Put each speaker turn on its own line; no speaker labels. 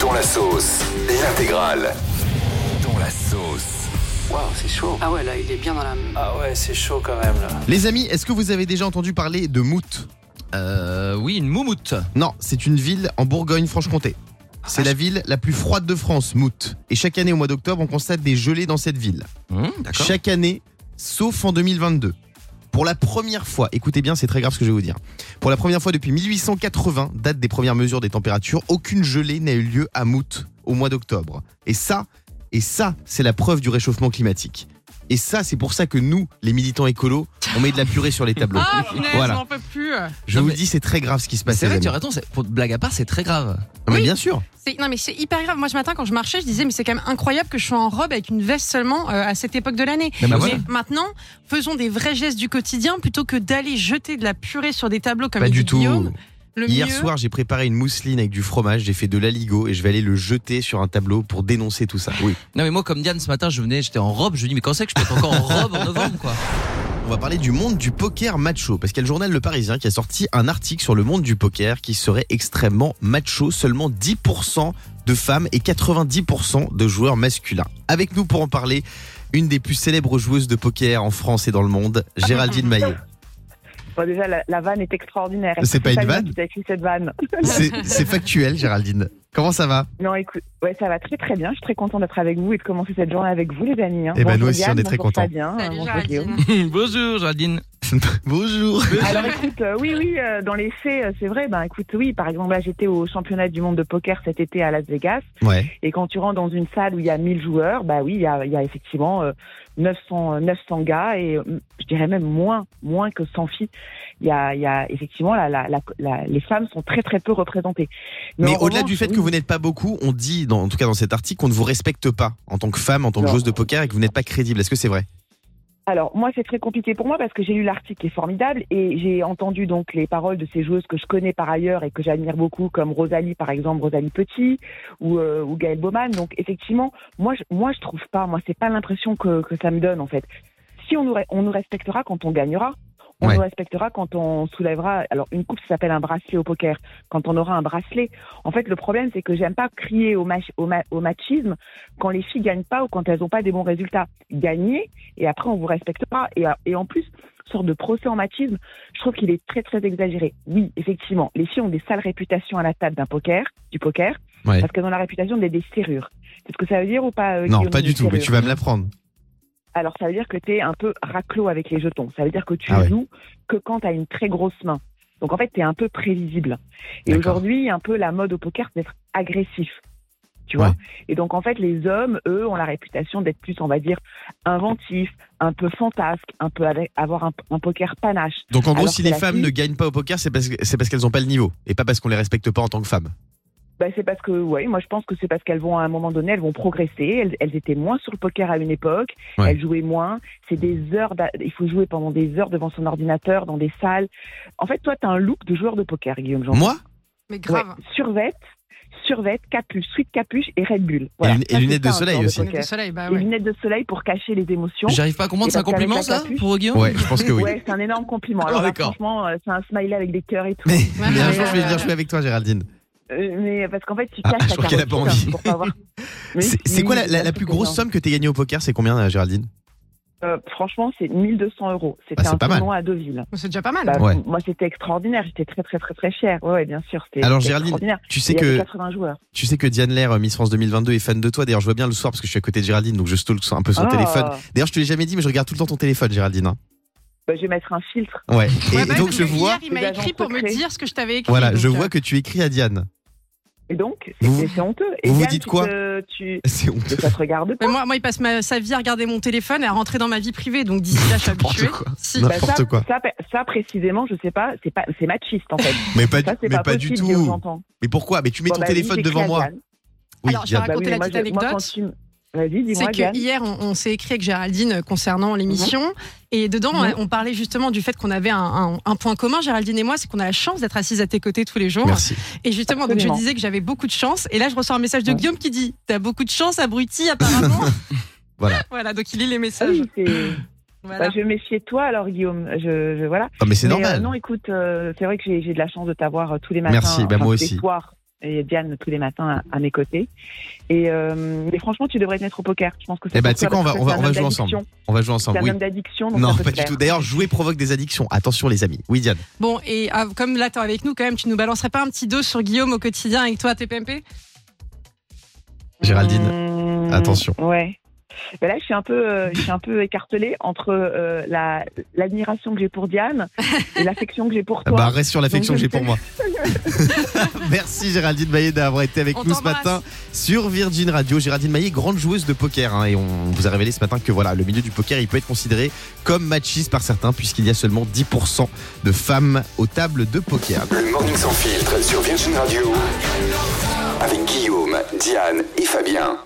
Dont la sauce, l'intégrale. Dont la sauce.
Waouh, c'est chaud.
Ah ouais, là, il est bien dans la.
Ah ouais, c'est chaud quand même là.
Les amis, est-ce que vous avez déjà entendu parler de Mout
Euh, oui, une moumoute.
Non, c'est une ville en Bourgogne-Franche-Comté. C'est la ville la plus froide de France, Mout. Et chaque année au mois d'octobre, on constate des gelées dans cette ville.
Hum, D'accord.
Chaque année, sauf en 2022. Pour la première fois, écoutez bien, c'est très grave ce que je vais vous dire. Pour la première fois depuis 1880, date des premières mesures des températures, aucune gelée n'a eu lieu à Mout au mois d'octobre. Et ça, et ça, c'est la preuve du réchauffement climatique. Et ça, c'est pour ça que nous, les militants écolos, on met de la purée sur les tableaux.
Ah, punaise,
Voilà.
j'en peux plus.
Je
Non,
vous
mais-
dis, c'est très grave ce qui se
Bah,
passe.
c'est
les
vrai,
amis.
tu as raison. c'est- Pour blague à part, c'est très grave.
Non, mais
Oui.
bien sûr.
C'est- Non, mais c'est hyper grave. Moi, ce matin, quand je marchais, je disais, mais c'est quand même incroyable que je sois en robe avec une veste seulement euh, à cette époque de l'année.
Eh ben
bah,
mais
voilà.
maintenant, faisons des vrais gestes du quotidien plutôt que d'aller jeter de la purée sur des tableaux comme
Pas
il
du
dit
tout.
Guillaume. Le
Hier
mieux-
soir, j'ai préparé une mousseline avec du fromage, j'ai fait de l'aligot et je vais aller le jeter sur un tableau pour dénoncer tout ça. Oui.
Non mais moi comme Diane ce matin, je venais, j'étais en robe, je lui dis mais quand c'est que je peux être encore en robe en novembre quoi
On va parler du monde du poker macho, parce qu'il y a le journal Le Parisien qui a sorti un article sur le monde du poker qui serait extrêmement macho, seulement 10% de femmes et 90% de joueurs masculins. Avec nous pour en parler, une des plus célèbres joueuses de poker en France et dans le monde, Géraldine Maillot.
Bon, déjà, la, la vanne est extraordinaire.
C'est pas une
Pas moi
vanne
qui t'ai écrit cette vanne.
C'est c'est factuel, Géraldine. Comment ça va
Non, écoute, ouais, ça va très très bien. Je suis très content d'être avec vous et de commencer cette journée avec vous, les amis. Hein.
Eh ben,
Bonjour
nous aussi, on
Yann,
est très
bonjour
contents.
Fabien, euh,
Salut,
bonjour
Géraldine.
Guillaume.
Bonjour Jardine.
Bonjour.
Alors, écoute, euh, oui, oui, euh, dans les faits, euh, c'est vrai. Ben, écoute, oui, par exemple, là, j'étais au championnat du monde de poker cet été à Las Vegas.
Ouais.
Et quand tu rentres dans une salle où il y a 1000 joueurs, bah oui, il y a, il y a effectivement euh, 900, euh, 900 gars et euh, je dirais même moins, moins que 100 filles. Il y a, il y a effectivement, la, la, la- la- les femmes sont très très peu représentées.
Mais
en
au-delà
revanche,
du fait
oui,
que vous n'êtes pas beaucoup, on dit, dans- en tout cas dans cet article, qu'on ne vous respecte pas en tant que femme, en tant que
Non.
joueuse de poker et que vous n'êtes pas crédible. Est-ce que c'est vrai
Alors moi c'est très compliqué pour moi parce que j'ai lu l'article qui est formidable et j'ai entendu donc les paroles de ces joueuses que je connais par ailleurs et que j'admire beaucoup comme Rosalie par exemple Rosalie Petit ou, euh, ou Gaëlle Baumann donc effectivement moi je, moi je trouve pas moi c'est pas l'impression que, que ça me donne en fait si on nous re- on nous respectera quand on gagnera on
Ouais.
nous respectera quand on soulèvera alors une coupe ça s'appelle un bracelet au poker quand on aura un bracelet en fait le problème c'est que j'aime pas crier au, mach- au, ma- au machisme quand les filles gagnent pas ou quand elles ont pas des bons résultats gagner et après on vous respecte pas. Et, euh, et en plus, sorte de procès en machisme, je trouve qu'il est très très exagéré. Oui, effectivement, les filles ont des sales réputations à la table d'un poker, du poker,
Ouais.
parce que dans la réputation, on a des serrures. C'est ce que ça veut dire ou pas euh,
Non,
Guillaume,
pas du
une
tout, mais
serrure
tu vas me l'apprendre.
Alors ça veut dire que tu es un peu raclo avec les jetons. Ça veut dire que tu
Ah ouais.
joues que quand tu as une très grosse main. Donc en fait, tu es un peu prévisible. Et
D'accord.
aujourd'hui, un peu la mode au poker, c'est d'être agressif. Tu vois
Ouais.
Et donc en fait, les hommes, eux, ont la réputation d'être plus, on va dire, inventifs, un peu fantasques, un peu avec, avoir un, un poker panache.
Donc en gros,
Alors
si
que
les
la
femmes
fille-
ne gagnent pas au poker, c'est parce, que- c'est parce qu'elles n'ont pas le niveau et pas parce qu'on les respecte pas en tant que femmes.
Bah, c'est parce que, ouais, moi je pense que c'est parce qu'elles vont à un moment donné, elles vont progresser. Elles, elles étaient moins sur le poker à une époque,
Ouais. Mm.
elles jouaient moins. C'est des heures, d'a- il faut jouer pendant des heures devant son ordinateur, dans des salles. En fait, toi, t'as un look de joueur de poker, Guillaume Jean.
Moi
Mais grave.
Ouais, survette, survette, capuche, suite capuche et Red Bull. Voilà.
lun- et
Ça, c'est
lunettes de
ça, un
soleil
joueur
aussi.
Lunettes de
poker.
soleil, bah
Et
ouais.
lunettes de soleil pour cacher les émotions.
J'arrive pas à comprendre,
Et
c'est un
parce qu'avec
compliment
la
ça
capuche-
pour Guillaume
Ouais, je pense que oui.
Ouais, c'est un énorme compliment.
Ah,
Alors là,
d'accord.
franchement, euh, c'est un smiley avec des cœurs et tout.
Mais,
Ouais,
mais un
mais
jour, je vais
euh,
venir jouer avec toi, Géraldine.
Euh, mais parce qu'en fait, tu
Ah,
caches
je
ta
crois qu'elle a pas
carotte,
envie.
pour pas voir. Mais
C'est c'est
si,
quoi la, la-
ça,
la
c'est
plus grosse
énorme.
somme que t'es gagnée au poker C'est combien, euh, Géraldine
Euh, franchement, c'est 1200 euros. C'était
Ah, c'est
un
pas mal.
tournoi à Deauville.
C'est déjà pas mal.
Bah,
Ouais.
Moi, c'était extraordinaire. J'étais très, très, très, très cher. Ouais, ouais, bien sûr. C'était
Alors,
c'était
Géraldine,
extraordinaire.
Tu sais
Il y avait
que
80 joueurs.
tu sais que Diane Lair, euh, Miss France 2022, est fan de toi. D'ailleurs, je vois bien le soir parce que je suis à côté de Géraldine, donc je stalk un peu son
Ah.
téléphone. D'ailleurs, je te l'ai jamais dit, mais je regarde tout le temps ton téléphone, Géraldine. hein.
Bah, je vais mettre un filtre.
Ouais. Et,
Ouais, bah,
donc
parce
je
que
vois,
Hier, il m'a
Les agents
écrit pour me
secrets.
dire ce que je t'avais écrit.
voilà,
donc,
je
euh,
vois que tu écris à Diane.
Et donc,
Vous-
c'est c'est honteux. Et
vous vous
Yann,
dites
tu
quoi
te- tu...
C'est honteux.
Mais ça te regarde pas.
Mais moi, moi, il passe ma- sa vie à regarder mon téléphone et à rentrer dans ma vie privée. Donc d'ici là, je suis
N'importe
habituée.
quoi.
Si.
Non.
Bah,
n'importe
ça,
quoi.
Ça, ça, précisément, je sais pas, c'est pas, c'est machiste en fait.
Mais pas, du-
Ça, c'est
mais
pas,
pas
possible,
du
Guillaume,
tout.
j'entends.
Mais pourquoi Mais tu mets
Bon,
ton
bah, oui,
téléphone
j'écris
devant
à
moi.
Yann.
Oui,
Alors, je
Diane.
raconte- Racontez
mais
la
moi,
petite
je- moi, quand
anecdote.
tu me- Vas-y, dis-moi,
C'est
Yann.
que hier, on, on s'est écrit avec Géraldine euh, concernant l'émission. Et dedans,
Mhm.
on on parlait justement du fait qu'on avait un, un- un point commun, Géraldine et moi, c'est qu'on a la chance d'être assises à tes côtés tous les jours.
Merci.
Et justement, donc je
Absolument.
disais que j'avais beaucoup de chance. Et là, je reçois un message de
Ouais.
Guillaume qui dit T'as beaucoup de chance, abruti, apparemment.
Voilà.
Voilà, donc il lit les
Ah
messages.
oui, c'est-
Voilà.
bah, je vais me méfier de toi alors, Guillaume. Je, je- voilà.
Non, mais c'est
Mais, euh,
normal.
non, écoute, euh, c'est vrai que j'ai j'ai de la chance de t'avoir euh, tous les matins.
Merci, bah,
enfin,
moi
tous les
aussi.
soirs, et Diane tous les matins à, à mes côtés. Et euh, mais franchement, tu devrais te mettre au poker. Je pense que c'est
Eh ben,
pour
tu sais quoi,
toi,
on va-
parce que
on va-
c'est un
on va
homme
jouer ensemble.
d'addiction.
On va jouer
C'est
ensemble.
un
Oui.
homme d'addiction. donc
Non,
ça peut
pas
te
du
plaire.
tout. D'ailleurs, jouer provoque des addictions. Attention, les amis. Oui, Diane.
Bon, et ah, comme là, t'es avec nous quand même, tu nous balancerais pas un petit dos sur Guillaume au quotidien avec toi à TPMP
Géraldine.
Mmh,
attention.
Ouais. Ben là, je suis un peu, euh, je suis un peu écartelée entre euh, la l'admiration que j'ai pour Diane et l'affection que j'ai pour toi.
Bah, reste sur l'affection que
Donc,
j'ai pour moi. Merci Géraldine Maillet d'avoir été avec
On
nous ce
t'embrasse.
matin sur Virgin Radio. Géraldine Maillet, grande joueuse de poker. hein, et on vous a révélé ce matin que voilà, le milieu du poker, il peut être considéré comme machiste par certains, puisqu'il y a seulement 10% de femmes aux tables de poker.
Le Morning Sans Filtre sur Virgin Radio. Avec Guillaume, Diane et Fabien.